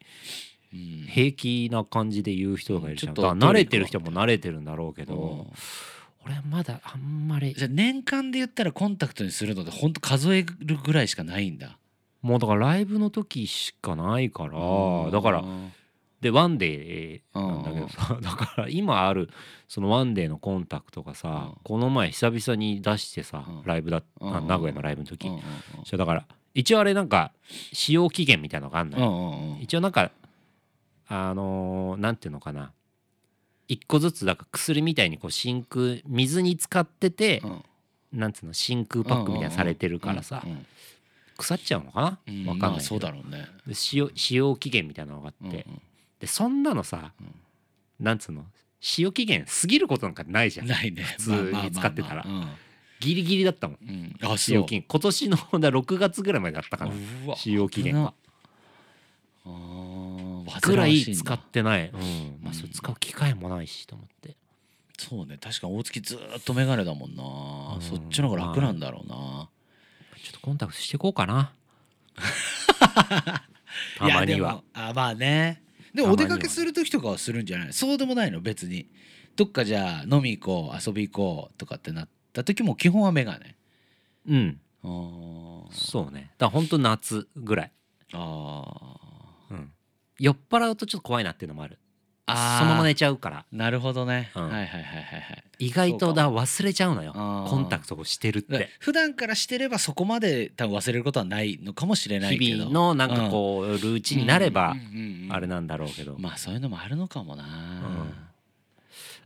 B: うん
A: 平気な感じで言う人がいるじゃん
B: ちょ
A: だ
B: っ
A: か
B: と
A: ら慣れてる人も慣れてるんだろうけど俺はまだあんまり
B: じゃあ年間で言ったらコンタクトにするので本当数えるぐらいしかないんだ
A: もうだからライブの時しかないからだからでワンデーなんだけどさ だから今あるそのワンデーのコンタクトがさ
B: うん
A: この前久々に出してさ
B: うん
A: ライブだ
B: うん
A: あ名古屋のライブの時
B: うんうん
A: そうだから一応あれなんか使用期限みたいなのがあんの
B: う
A: よ、
B: んうんうん
A: 一応なんかあのーなんていうのかな一個ずつだから薬みたいにこう真空水に使ってて、
B: うん
A: なんつうの真空パックみたいなのされてるからさ、
B: うんうん
A: 腐っちゃうのか
B: う
A: な、
B: ん
A: わかん
B: ま
A: な
B: あ
A: い
B: そう
A: けど
B: だろうね
A: で使用使用期限みたいなのがあ
B: う
A: っ
B: ん
A: て、
B: う
A: でそんなのさ、
B: うん
A: なんつうの使用期限過ぎることなんかないじゃ
B: ん
A: ん
B: ないね
A: 通に使ってたら
B: まあまあまあ
A: ギリギリだったもん
B: うんうんあ
A: 使
B: そう
A: 用期限今年のほんだ6月ぐらいまでだったかな
B: うわ
A: 使用期限
B: 危
A: が
B: な。あー
A: ぐらい
B: 煩わしん
A: 使
B: だ
A: ってない、うんま
B: うん
A: あ、それ使う機会もないしと思って、
B: そうね確か大月ずーっと眼鏡だもんな、
A: うん
B: そっちの方が楽なんだろうな、
A: ちょっとコンタクトしていこうかなたまに
B: いやで
A: は
B: もあまあねで
A: たま
B: もお
A: に
B: 出
A: は
B: かけする時とかはするんじゃないそうでもないの別にどっかじゃあ飲み行こう遊び行こうとかってなった時も基本はメガネ
A: うん
B: あー
A: そうねだからほんと夏ぐらい、
B: あ
A: うん、酔っ払うとちょっと怖いなっていうのもある
B: あー
A: そのまま寝ちゃうから
B: なるほどね、
A: うん
B: はいはいはいはいはい
A: 意外
B: そ
A: と
B: うか
A: だ忘れちゃうのよ
B: あー
A: コンタクトをしてるっ
B: だから
A: て
B: 普段からしてればそこまで多分忘れることはないのかもしれないけど
A: 日々のなんかこうルー
B: う
A: チンになれば
B: んうんうんうん
A: あれなんだろうけど
B: まあそういうのもあるのかもな、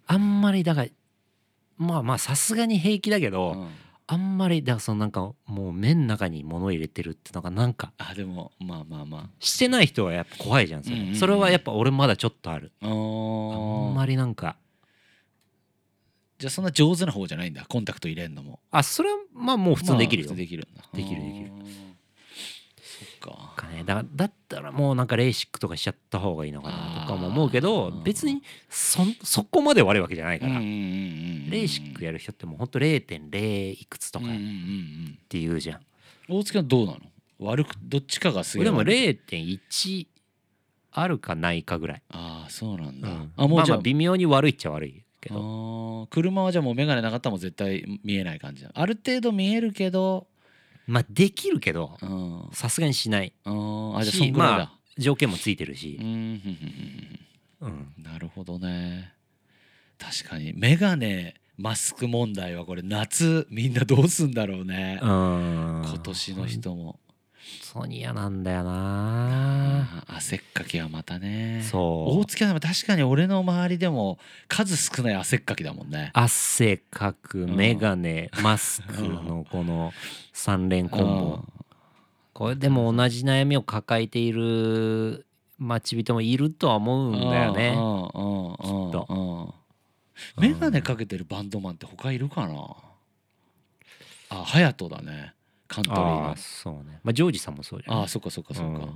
A: あんまりだからまあまあさすがに平気だけ
B: う
A: ど
B: ん
A: あんまりだからそのなんかもう麺の中に物入れてるってのがなんか
B: あでもまあまあま
A: してない人はやっぱ怖いじゃんそ
B: うんうんう
A: れ
B: ん
A: それはやっぱ俺まだちょっとある
B: ああ
A: あ
B: ん
A: んまりなんか
B: じゃあそんな上手な方じゃないんだコンタクト入れんのも
A: あそれはまあもう普通にできるよ
B: まあ普通できるんだ
A: できるできる
B: あーそっか
A: かねだだったらもうなんかレーシックとかしちゃった方がいいのかなとかも思うけ
B: あ
A: ど
B: ー
A: 別にそんそこまで悪いわけじゃないからレ
B: ー
A: ーシックやる人ってもうほんと0.0いくつと
B: と
A: か
B: うんうんう
A: っ
B: ん
A: ていうじゃん
B: うん大月はどうなの悪くどっちかがすげえ
A: でも0.1あるかないかぐらい
B: ああそうなんだ、
A: うん
B: あもうじ
A: まあ
B: ゃあ,、
A: まあ微妙に悪いっちゃ悪いけど
B: あー車はじゃあもう眼鏡なかったらもう絶対見えない感じなのある程度見えるけど
A: まあできるけど
B: うんあ
A: さすがにしない
B: ーあじゃあ
A: し
B: そんぐらいだ、
A: まあ条件もついてるし
B: うん、うんうんうん
A: うん
B: うんなるほどね確かに眼鏡マスク問題はこれ夏みんなどうすんだろうね、今
A: 今
B: 年の人も
A: ソニアなんだよな
B: あー汗っかきはまたね
A: そう
B: 大月はでも確かに俺の周りでも数少ない汗っかきだもんね
A: 汗かく
B: ん
A: メガネマスクのこの3連コンボこれでも同じ悩みを抱えている待ち人もいるとは思うんだよねき
B: き
A: っと
B: と眼鏡かけてるバンドマンって他いるかなあ隼人だねカントリー
A: あ
B: の
A: あそうねまあジョージさんもそうじゃ
B: あ
A: ん
B: あそっかそっかそっか
A: うん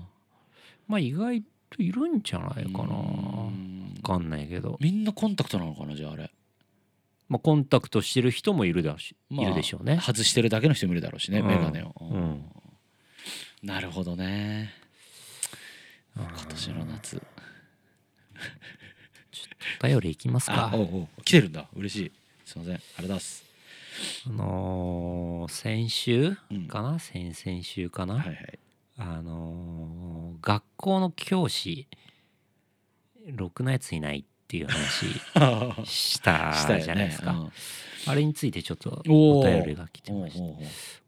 A: まあ意外といるんじゃないかな分
B: うん
A: かんないけど
B: みんなコンタクトなのかなじゃああれ
A: まあコンタクトしてる人もいるだし
B: まあ
A: いるでしょうね
B: 外してるだけの人もいるだろうしね
A: うん
B: 眼鏡を
A: うん
B: なるほどね今年の夏
A: お便りいきます
B: あ
A: か
B: おうおう来てるんだ嬉しいすいませんありがとうございます
A: あのー先週
B: うん
A: かな先々週かな、
B: はいはい
A: あのー学校の教師ろくなやついないっていう話した
B: したよね
A: じゃないですか、
B: うん
A: あれについてちょっと
B: お
A: お
B: ー
A: 便りが来て
B: おう
A: ました
B: おう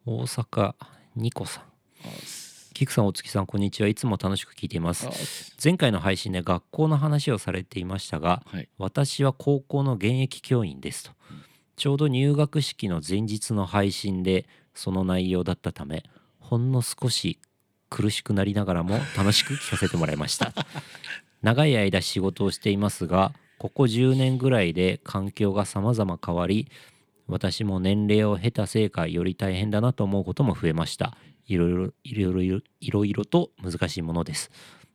B: おう
A: 大阪ニコさん
B: あす
A: 菊さん大月さんこんにちはいつも楽しく聞いています
B: あす
A: 前回の配信で学校の話をされていましたが
B: はい
A: 私は高校の現役教員ですとちょうど入学式の前日の配信でその内容だったためほんの少し苦しくなりながらも楽しく聞かせてもらいました 長い間仕事をしていますがここ10年ぐらいで環境が様々変わり私も年齢を経たせいかより大変だなと思うことも増えましたいろいろいろいろいろいろと難しいものです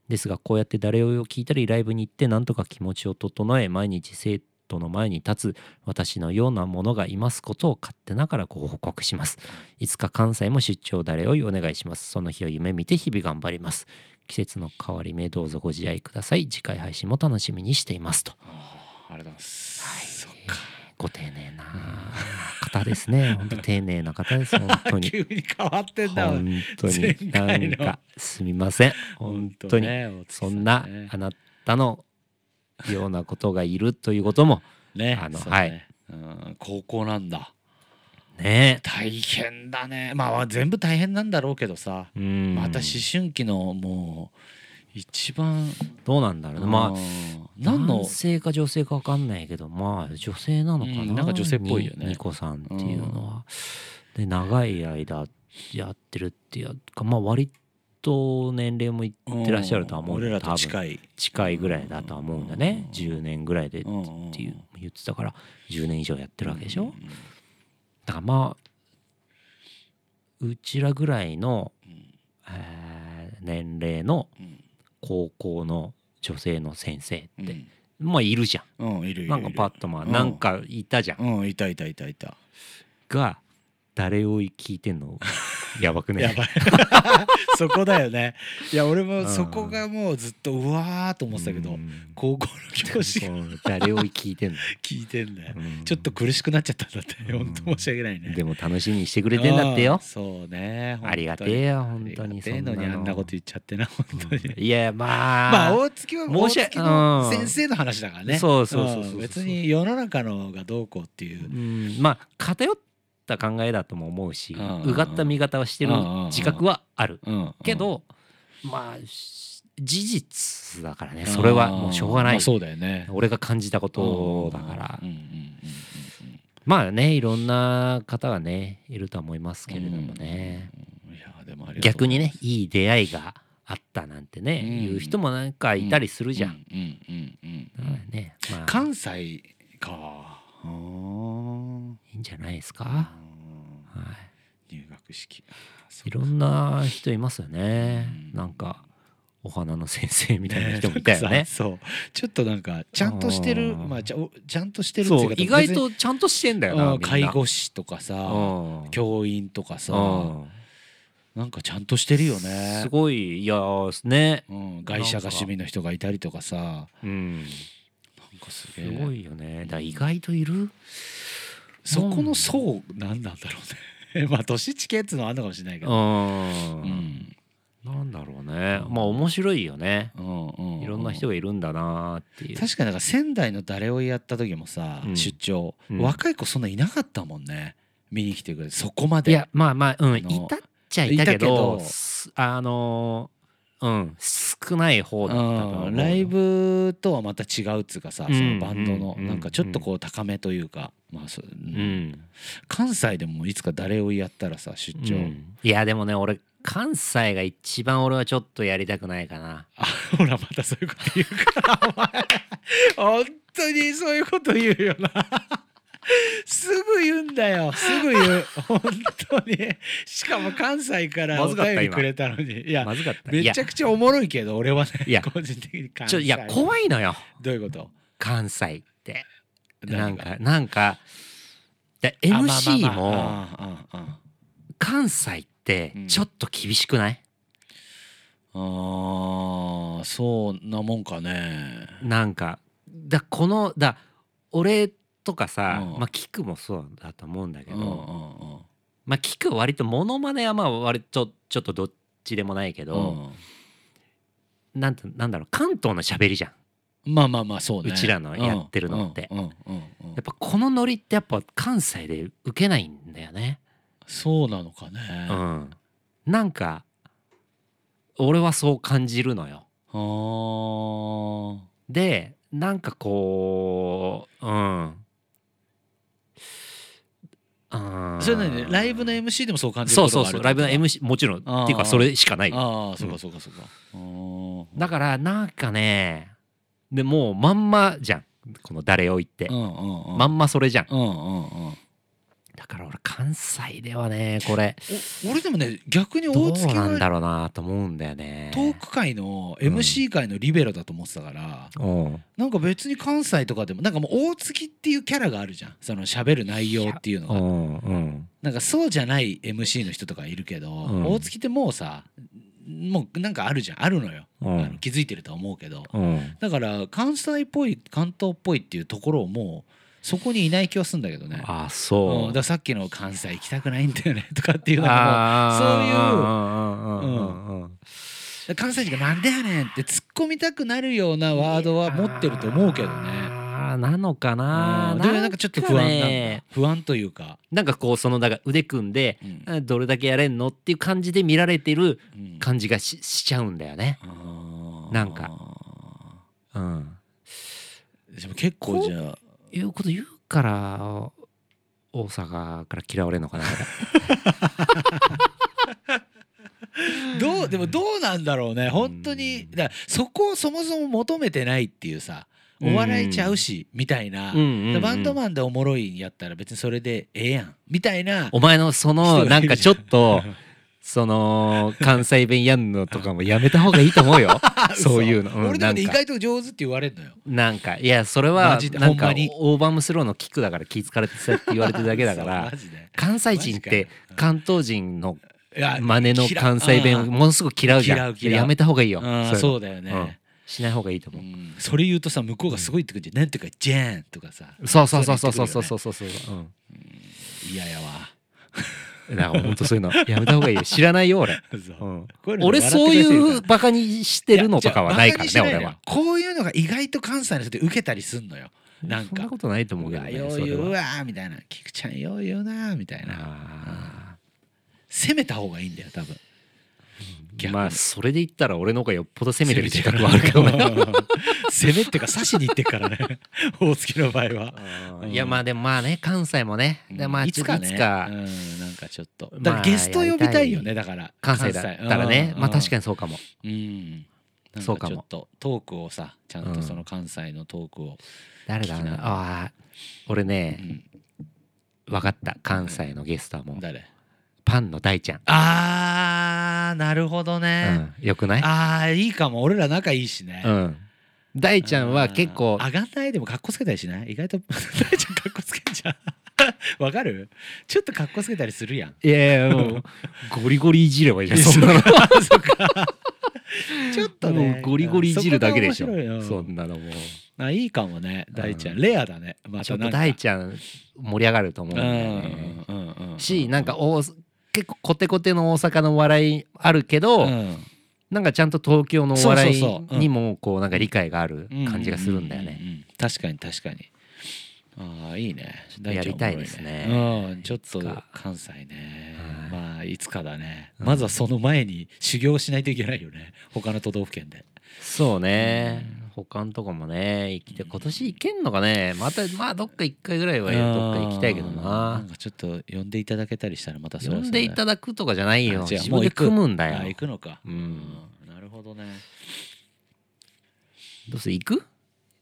A: ですがこうやって誰を聞いたりライブに行ってなんとか気持ちを整え毎日生徒の前に立つ私のようなものがいますことを勝手ながらご報告しますいつか関西も出張誰よいお願いしますその日を夢見て日々頑張ります季節の変わり目どうぞご自愛ください次回配信も楽しみにしていますと
B: あありがとうございますそっか
A: ご丁寧な方ですね本当丁寧な方です本当に
B: 急に変わってんだ
A: 本当
B: 前
A: にな
B: 回
A: ん
B: の
A: かすみません本当に
B: ね
A: そんな
B: ね
A: あなたのようなことがいるということも
B: ね
A: あの
B: そうねうん高校なんだ
A: ね
B: 大変だねまあ全部大変なんだろうけどさ
A: うん
B: また思春期のもう一番
A: どうなんだろうねまあ
B: あ何
A: 男
B: の
A: 性か女性か分かんないけどまあ女性なのかな,、
B: うんなんか女性っぽいよね
A: にニコさんっていうのは、で長い間やってるっていうかまあ割と年齢もいってらっしゃるとは思うん
B: 俺
A: だ
B: らと
A: 多分
B: 近い
A: 近いぐらいだとは思うんだね、
B: うん
A: 10年ぐらいでっ
B: うんうんうん
A: ていう言ってたから10年以上やってるわけでしょ、
B: うん
A: だからまあうちらぐらいの、
B: うん
A: えー年齢の
B: うん
A: 高校の女性の先生
B: う
A: っ
B: ん
A: て、まあいるじゃ
B: うんいるいるい
A: ん
B: る
A: なんかパッとまあ
B: うん
A: なんかいたじゃん、
B: うんいたいたいたいた
A: が誰を聞いてんのやばくね
B: やばい そこだよねいや俺もそこがもうずっとうわーと思ってたけど、
A: うん
B: 高校の教師が
A: そう誰を聞い てんの、
B: 聞いてんだよ、
A: うん
B: ちょっと苦しくなっちゃったんだって、
A: うん
B: 本当申し訳ないね
A: でも楽しみにしてくれてんだってよ
B: あーそうね
A: ありがてえよ
B: 本
A: 本
B: 当
A: 当
B: に
A: に
B: ありがてえのにあんなこと言っちゃってな本当に、
A: いやまあ
B: まあ大月は大
A: 申し訳
B: 月の
A: うん
B: 先生の話だからね
A: そうそうそうそうそうん
B: 別に世の中のがどうこうっていう
A: うんまあ偏った考えだとも思うし
B: うん
A: うがった見方をしてる自覚はある
B: うん
A: けどまあし事実だからねそれはもうしょうがな
B: ま
A: い
B: あそうだよね
A: 俺が感じたことだから
B: うんうんうんうんうん
A: まあねいろんな方がねいるとは思いますけれどもね
B: うんいやでもありがとう
A: 逆にねいい出会いがあったなんてね
B: うん
A: いう人もなんかいたりするじゃん。
B: うんうんうんうん
A: だからねまあ
B: 関西かあー
A: いいんじゃないですか。は
B: うん
A: い
B: 入学式
A: いろんな人いますよね
B: う。ん
A: なんかお花の先生みたい
B: ね
A: な人もいた よ
B: なんか
A: ね。
B: さそうちょっとなんかちゃんとしてる
A: あー
B: まあちゃおちゃんとしてるってい
A: そうう
B: か
A: 意外とちゃんとしてんだよな。
B: う
A: み
B: ん
A: んな
B: 介護士とか
A: う
B: さ
A: ん
B: 教員とかさ
A: うん
B: なんかちゃんとしてるよね
A: すごいいやーね。
B: うん、外車が趣味の人がいたりとかさな
A: う
B: ん
A: ん
B: かす
A: す
B: げえ
A: ごいよね。だから意外といる。
B: そこの層なんなんだろうね まあ年チケッツのはあんのかもしれないけ
A: う
B: ど、
A: ん。なんだろうね。まあ面白いよね。いろんな人
B: が
A: がいるんだなーっていう。
B: 確かになんか仙台の誰をやった時もさ、
A: うん
B: 出張、
A: うん
B: 若い子そんないなかったもんね見に来てくれてそこまで
A: いやまあまあうん
B: あの
A: いたっちゃいたけ
B: いたけど
A: どすあのーうん少ない方だったと思
B: う
A: うん
B: ライブとはまた違うっつうかさ、
A: うん
B: そのバンドの
A: うん
B: なんかちょっとこう高めというか、まあそう
A: う
B: うん
A: ん、
B: 関西でもいつか誰をやったらさ出
A: う
B: 張、
A: んいやでもね俺関西が一番俺はちょっとやりたくないかな
B: あ ほらまたそういうこと言うからお前本当にそういうこと言うよな すぐ言うんだよす ぐ言う本当にしかも関西から
A: ま
B: お
A: ずかった
B: 便り
A: 今
B: くれたのにいや
A: まずかった
B: め
A: いや
B: ちゃくちゃおもろいけど俺はね
A: いや
B: 個人的に関
A: ちょ
B: 西
A: いや怖いのよ
B: どういうこと
A: 関西ってなん
B: 何が
A: かなんかだ
B: あまあまあ
A: MC
B: ま
A: も
B: ああああ
A: 関西って
B: うん
A: ちょっと厳しくない、
B: あーそんなもんかね
A: なんかだこのだ俺とかさ、
B: うん
A: まあキクもそうだと思うんだけ
B: う
A: ど、
B: んうんうん
A: まあ聞く割とモノマネはまあ割とちょっとどっちでもないけど、なんてなんだろう関東の喋りじゃん
B: うんまあまあまあそうね
A: うちらのやってるのって
B: うんうんうんうん
A: やっぱこのノリってやっぱ関西で受けないんだよね
B: そうなのかね。
A: う
B: あ
A: んなんか俺はそう感じるのよ
B: ー
A: でなんかこううん
B: それなにライブの
A: ム
B: MC でもそう感じる
A: そ
B: こ
A: う
B: と
A: そう
B: がある
A: そうライブの MC もちろん
B: あー
A: っていうかそれしかない
B: ああそうかそうかそうか。あー
A: だからなんかねでもうまんまじゃんこの誰を言って、
B: うんうんうん。
A: まんまそれじゃん
B: うんうんうん。
A: だから俺関西ではねこれ
B: お俺でもね逆に
A: ど
B: 大
A: う
B: 月
A: なんだ
B: は
A: ろうなと思うんだよね
B: トーク界の
A: うん
B: MC 界のリベロだと思ってたから、
A: うん
B: なんか別に関西とかでもなんかもう大月っていうキャラがあるじゃんその喋る内容っていうの
A: う
B: が
A: んうん
B: なんかそうじゃない MC の人とかいるけど、
A: うん
B: 大月ってもうさもうなんかあるじゃんあるのよ、
A: う
B: あの
A: ん
B: 気づいてるとは思うけど、
A: うん
B: だから関西っぽい関東っぽいっていうところをもうそこにいない気はするんだけどね、
A: ああ
B: うん、
A: そ
B: だ
A: う
B: からさっきの関西行きたくないんだよねとかっていうのが
A: あー
B: そういう
A: うんうんうんうんうん
B: もう関西人が「なんだよねん」って突っ込みたくなるようなワードは持ってると思うけどね。
A: あーなのかな
B: うんでもなんかちょっと不安なんだ
A: ね
B: 不安というか、
A: なんかこうそのだから腕組んで
B: うん
A: あどれだけやれんのっていう感じで見られてる
B: うん
A: 感じがししちゃうんだよね。
B: あー
A: なんかうん、
B: でも結構じゃあ
A: いうこと言うから大阪から嫌われるのかな。
B: どうでもどうなんだろうね本当にだからそこをそもそも求めてないっていうさお笑いちゃうしみたいな、でバンド
A: ン
B: マンでおもろいんやったら別にそれでええやんみたいな
A: お前のそ
B: 人がい
A: の
B: るじゃ
A: なんんかちょっ とその関西弁やんのとかもやめた方がいいと思うよそういう の、うん
B: 俺で
A: な
B: も
A: ん
B: ね
A: か
B: 意外と上手って言われるのよ
A: なんかいやそれ
B: マ
A: は
B: ジで
A: なん
B: ほんま
A: か
B: に
A: オーバームスローのキックだから気ぃつかれてたって言われてるだけだか
B: そう
A: ら
B: マジで
A: 関西人って
B: マジかよ
A: 関東人の
B: いや
A: 真似の関西弁をものすごく嫌うじゃん
B: 嫌う嫌う
A: やめた方がいいよ
B: あー
A: いの
B: そうだよ
A: うん
B: ね、
A: しない方がいいと思う
B: うんそれ言うとさ向こうがすごいってくるじゃん、なんていうか「ジェーン」とかさ
A: そうそうそうそうそううそ
B: そいうの
A: う
B: 言
A: そうそうそううん
B: 嫌やわ
A: なんか本当そういうのやめた方がいいよ知らないよ俺
B: そう
A: うん
B: こういう の
A: 俺
B: 笑って
A: そう
B: くれてるから
A: いうバカにしてるのとかはないからね
B: いやじゃあ
A: 俺は
B: バカにしないのよこういうのが意外と関西の人で受けたりすんのよなんか
A: そんなことないと思う
B: う
A: けど
B: わ
A: ね
B: よう
A: それ
B: 言う
A: は
B: わーみたいな菊ちゃんよう言うなーみたいな
A: あ
B: 攻めた方がいいんだよ多分
A: ー
B: 逆に
A: まあそれで言ったら俺の方がよっぽど攻めてる自覚はあるけどね
B: 攻めってか刺しに行ってっからね大月の場合はうん
A: いやまあでもまあね関西もねでまあ
B: いつかね
A: いつか
B: うんなんかちょっと
A: まあ
B: だからゲスト呼びたいよねだから
A: 関西だったらねまあ確かにそうかも
B: にうんなん
A: そ
B: か
A: うか
B: ち
A: も
B: ょっとトークをさちゃん
A: う
B: と
A: ん
B: その関西のトークを
A: 誰だろう
B: 聞
A: な
B: きなが
A: ああ俺ね分かった関西のゲストはもう
B: 誰
A: パンの大ちゃん
B: あーなるほどね
A: うんよくない
B: あーいいかも俺ら仲いいしね
A: うん大ちゃんは結構
B: あー上がんないでもかっこつけたりしない意外と 大ちゃんかっこつけんじゃん わかるちょっとかっこつけたりするやん
A: いやいやもうゴリゴリいじればいいじゃ ん
B: いや
A: そんなの
B: ちょっと
A: もう
B: ね
A: ゴリゴリいじるだけでしょ
B: そこが面白いよ
A: そんなのもう
B: あいいかもね大ちゃん、
A: うん
B: レアだねま
A: ちょ
B: た
A: っと
B: なんか
A: 大ちゃん盛り上がると思うん
B: う
A: だ
B: ん
A: よね
B: うんうんうん
A: しなんかお結構コテコテの大阪の笑いあるけど、
B: うん
A: なんかちゃんと東京のお
B: そう
A: 笑
B: そうそうう
A: い
B: ん
A: にもこうなんか理解がある感じがするんだよ
B: う
A: ね。
B: ううん確かに確かにああいいね
A: とやりたいですね
B: 大ちゃんおもろいねうんちょっと
A: いつか
B: 関西ね
A: はい
B: まあいつかだね
A: うん
B: まずはその前に修行しないといけないよね他の都道府県で
A: そうね、他のとこもね行きて今年行けんのかねまたまあどっか一回ぐらいはどっか行きたいけど
B: う
A: なん
B: ん。かちょっと呼んでいただけたりしたらまた
A: 呼んでいただくとかじゃないよ
B: あ違う
A: 自
B: も
A: 分で
B: う行く
A: 組むんだ
B: だよ
A: よ
B: 行くのか
A: うん
B: うんなるほどね
A: どうせ行く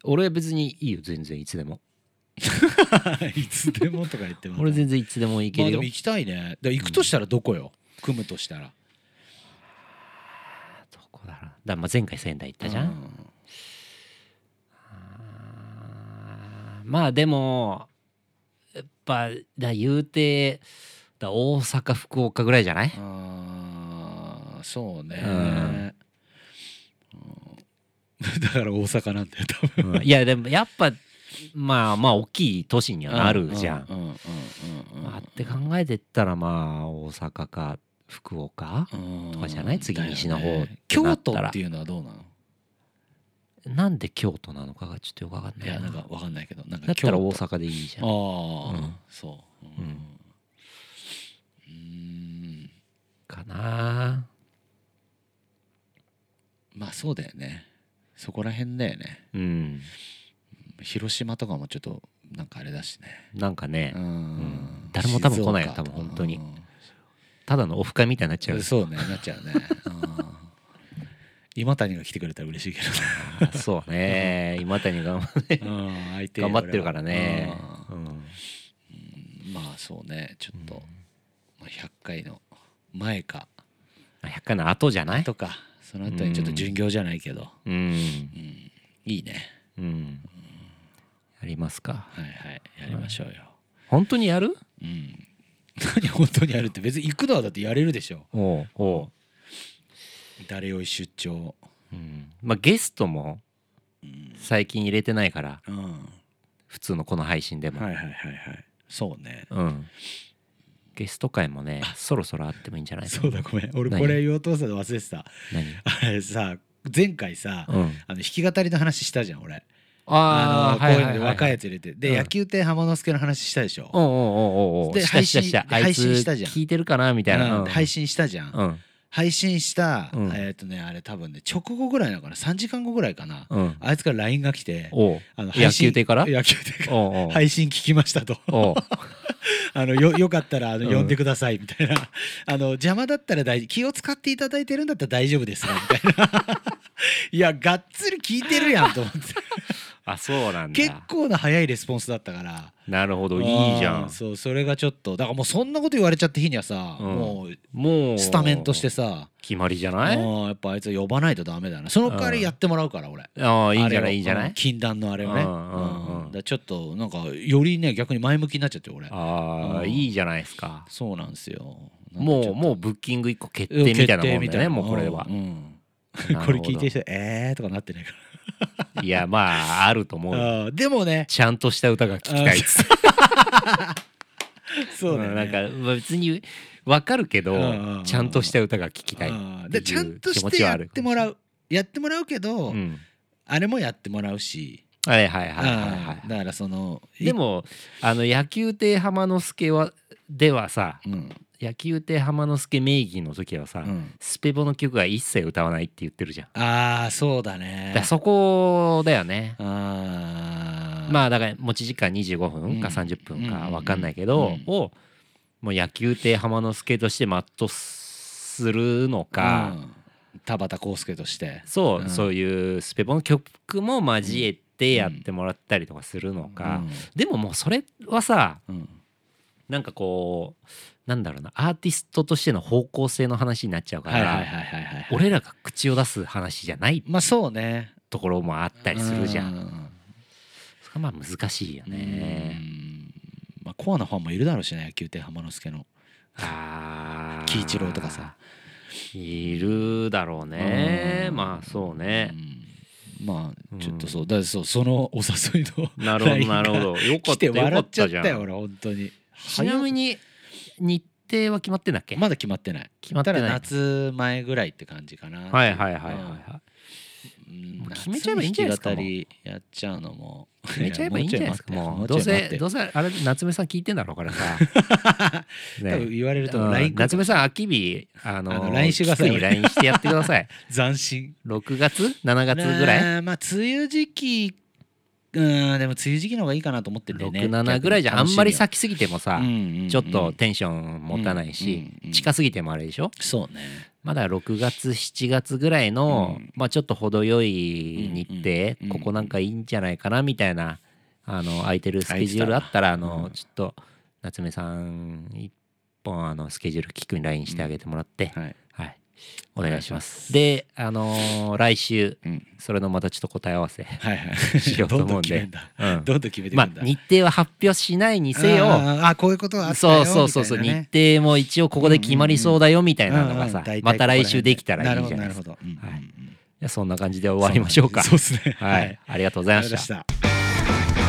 A: 俺は別にいいよ全然いつでも
B: いつでもとか言っても
A: 俺全然いつでも行け
B: まあ
A: る
B: で
A: よ
B: も行きたいねで行くとしたらどこよ組むとしたら
A: どこだろうだからまあ前回仙台行ったじゃんあーまあでもやっぱだ言うてだ大阪福岡ぐらいじゃない
B: あーそうね、
A: う
B: うんだから大阪なんだよ多分
A: いやでもやっぱまあまあ大きい都市にはなるじゃん
B: う。んうんうんうん
A: まあって考えてったらまあ大阪か福岡
B: うん
A: とかじゃない次西の方
B: だよね
A: ってな
B: 京
A: った
B: 都
A: ら
B: っていうのはどうなの
A: なんで京都なのかがちょっとよくわかん
B: い
A: ない
B: や
A: な
B: な
A: ん
B: かわかんないけどなん
A: だ
B: か
A: ったら大
B: 京
A: 阪でいいじゃん。
B: 都あ
A: う
B: あ、
A: ん
B: そうう
A: うん
B: うん
A: かな
B: まあそうだよねそこら辺だよね
A: うん。
B: 広島とかもちょっとなんかあれだしね
A: なんかね
B: う、ん
A: ん誰も多分来ないよ
B: 静岡と
A: 多
B: か
A: 分本当に
B: うん
A: ただのオフ会みたいになっちゃう。
B: そうねなっちゃうねうん今谷が来てくれたら嬉しいけ
A: あ そうね。今谷が
B: どねうん相手
A: 頑張ってるからね。うん
B: うんまあそうねちょっと、まあ、100回の前か
A: 100回の後じゃない
B: とかその後にちょっと巡業じゃないけど、
A: うん。
B: うんいいね
A: うん。やりますか。
B: はいはいやりましょうよ、
A: 本当にやる
B: うん何本当にやるって別に行くのはだってやれるでしょ
A: おうおう。
B: 誰より出張
A: うんまあゲストも最近入れてないから
B: うん
A: 普通のこの配信でも、
B: いはいはいそうね
A: うん、ゲスト会もねそろそろあってもいいんじゃないか
B: そうだごめん俺
A: 何
B: これ言おうと思ってたの忘れてた
A: 何、
B: あれさ前回さ、
A: うん、
B: あの弾き語りの話したじゃん俺
A: あ
B: の
A: あはい
B: こ
A: は
B: ういうの
A: い
B: で
A: はい
B: 若いやつ入れてで、
A: うん
B: 野球亭浜之助の話したでしょ、
A: おうおうおうおう
B: で
A: したしたした
B: 配信
A: あい
B: 配信
A: つ
B: したじゃん
A: 聞いてるかなみたいな、
B: う
A: うんん、
B: 配信したじゃん、
A: うん
B: 配信した、
A: うん
B: えっ、とねあれ多分ね直後ぐらいなのかな3時間後ぐらいかな、
A: うん
B: あいつから LINE が来て
A: おう
B: あの
A: 野球亭から
B: 野球亭から
A: おうおう
B: 配信聞きましたと
A: おう
B: あのよよかったらあの
A: うん
B: 呼んでくださいみ たいな、あの邪魔だったら大気を使っていただいてるんだったら大丈夫ですがみたいないやがっつり聞いてるやんと思って
A: あそうなん
B: 結
A: だ
B: 構な早いレスポンスだったから
A: なるほどいいじゃ
B: あー
A: ん
B: そうそれがちょっとだからもうそんなこと言われちゃった日にはさ、
A: うん
B: もう
A: もう
B: スタメンとしてさ
A: 決まりじゃ
B: あ
A: ない
B: ーやっぱあいつは呼ばないとダメだなその代わりやってもらうから俺
A: ああいいんじゃ
B: あれ
A: な
B: を
A: いいいんじゃな
B: う
A: い
B: 禁断のあれをね
A: うんうんうん
B: うんだからちょっとなんかよりね逆に前向きになっちゃって俺
A: ああ
B: うん
A: いいじゃないですか
B: そうなんですよ
A: もうもうブッキング一個決定みたいなもんだねもうこれは
B: うんうん
A: なるほど
B: これ聞いてる人えーとかなってないか
A: いやまああると思うよ
B: らあーでもね
A: ちゃんとした歌が聞きたいっつって
B: そうだよね
A: なんかまあ別にわかるけど
B: うん
A: ちゃんとした歌が聞きたい
B: あー
A: ってい
B: で
A: う
B: ちゃんと
A: 気
B: し
A: 持
B: て
A: ちは
B: や
A: あ
B: っ
A: る
B: てもらうやってもらうけど、
A: うん
B: あれもやってもらうし、
A: はいはいはいはいはい
B: うんだからその
A: で、もあの野球亭浜之助はではさ
B: いうん
A: 野球亭浜之助名義の時はさ、
B: うん
A: スペボの曲は一切歌わないって言ってるじゃん、
B: ああそうだ
A: だ
B: ね
A: からそこだよね
B: あー
A: まあだから持ち時間25分か
B: うん
A: 30分か
B: うん
A: 分かんないけど、
B: うん
A: をもう野球亭浜之助として全うするのか、
B: うん田畑康介として
A: そう、
B: うん
A: そういうスペボの曲も交えてやってもらったりとかするのか、でももうそれはさ
B: うんうん
A: なんかこうなんだろうなアーティストとしての方向性の話になっちゃうか
B: はいはいは
A: ら
B: いはいはい
A: 俺らが口を出す話じゃない
B: まあそうね
A: ところもあったりするじゃ
B: うんん
A: それはまあ難しいよ
B: う
A: ね
B: んまあコアなファンもいるだろうしね野球亭浜之助の
A: あー
B: 喜一郎とかさ
A: いるだろうね
B: うん
A: まあそうね
B: うんまあちょっとそうだからそうそのお誘いの
A: なるほ
B: ライ
A: ど
B: ンが
A: なるほどよか
B: 来
A: った
B: て
A: よか
B: 笑
A: っ
B: っちゃ
A: た
B: っ
A: じゃ
B: たよ
A: ん
B: 俺本当に
A: ちなみに日程は決まってんだっけ
B: まだ決まってない
A: 決まってない
B: だから夏前ぐらいって感じかな
A: はいはいはいはいは
B: うん
A: もう決めちゃえばいいんじゃないですか
B: 夏に弾き語りやっちゃうのも
A: い決めちゃえばいいんじゃないですか
B: や
A: も
B: も
A: う
B: う
A: どうせ
B: ど
A: ど
B: う
A: うせあれ夏目さん聞いてんだろう からさ
B: せ多分言われると
A: うん
B: LINE 来る
A: 夏目さん秋日あの
B: あの LINE してください
A: 菊に LINE してやってください
B: 斬新
A: 6月7月ぐ らい
B: なあまあ梅雨時期うんでも梅雨時期の方がいいかなと思ってんだよね
A: 67ぐらいじゃんあんまり先すぎてもさ、ち
B: ち
A: ょっとテンション持たないし、近すぎてもあれでしょ
B: そうね
A: まだ6月7月ぐらいの、
B: うん
A: まあちょっと程よい日程、
B: うんうん
A: ここなんかいいんじゃないかなみたいなあの空いてるスケジュールあったらあの、
B: うん
A: ちょっと夏目さん一本あのスケジュール聞くに LINE してあげてもらって、
B: はい
A: はいお願いしますであのー来週
B: うん
A: それのまたちょっと答え合わせ、
B: はいは
A: しよ
B: い
A: うと
B: どん
A: 思うんん
B: ど決め
A: で
B: んだ
A: うん
B: どんどん決めてく
A: まあ
B: んだ
A: 日程は発表しないにせよ
B: あーあーこういうことはあった
A: そう
B: よ
A: そうそうそう、
B: みたいなね
A: 日程も一応ここで決まりそうだよみたいなのが
B: う
A: さ
B: んうん大体
A: また来週できたらいい
B: こ
A: じ
B: こ
A: ゃな
B: ら
A: いですか
B: 辺でなるほどな
A: は
B: るほど、うん
A: い
B: うんうん
A: いやそんな感じで終わりましょうか
B: そうですね。
A: は。いありがとうござい
B: あ
A: ま
B: りがとうござい
A: した
B: ました。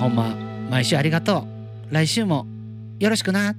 B: ほんま、毎週ありがとう。来週もよろしくな。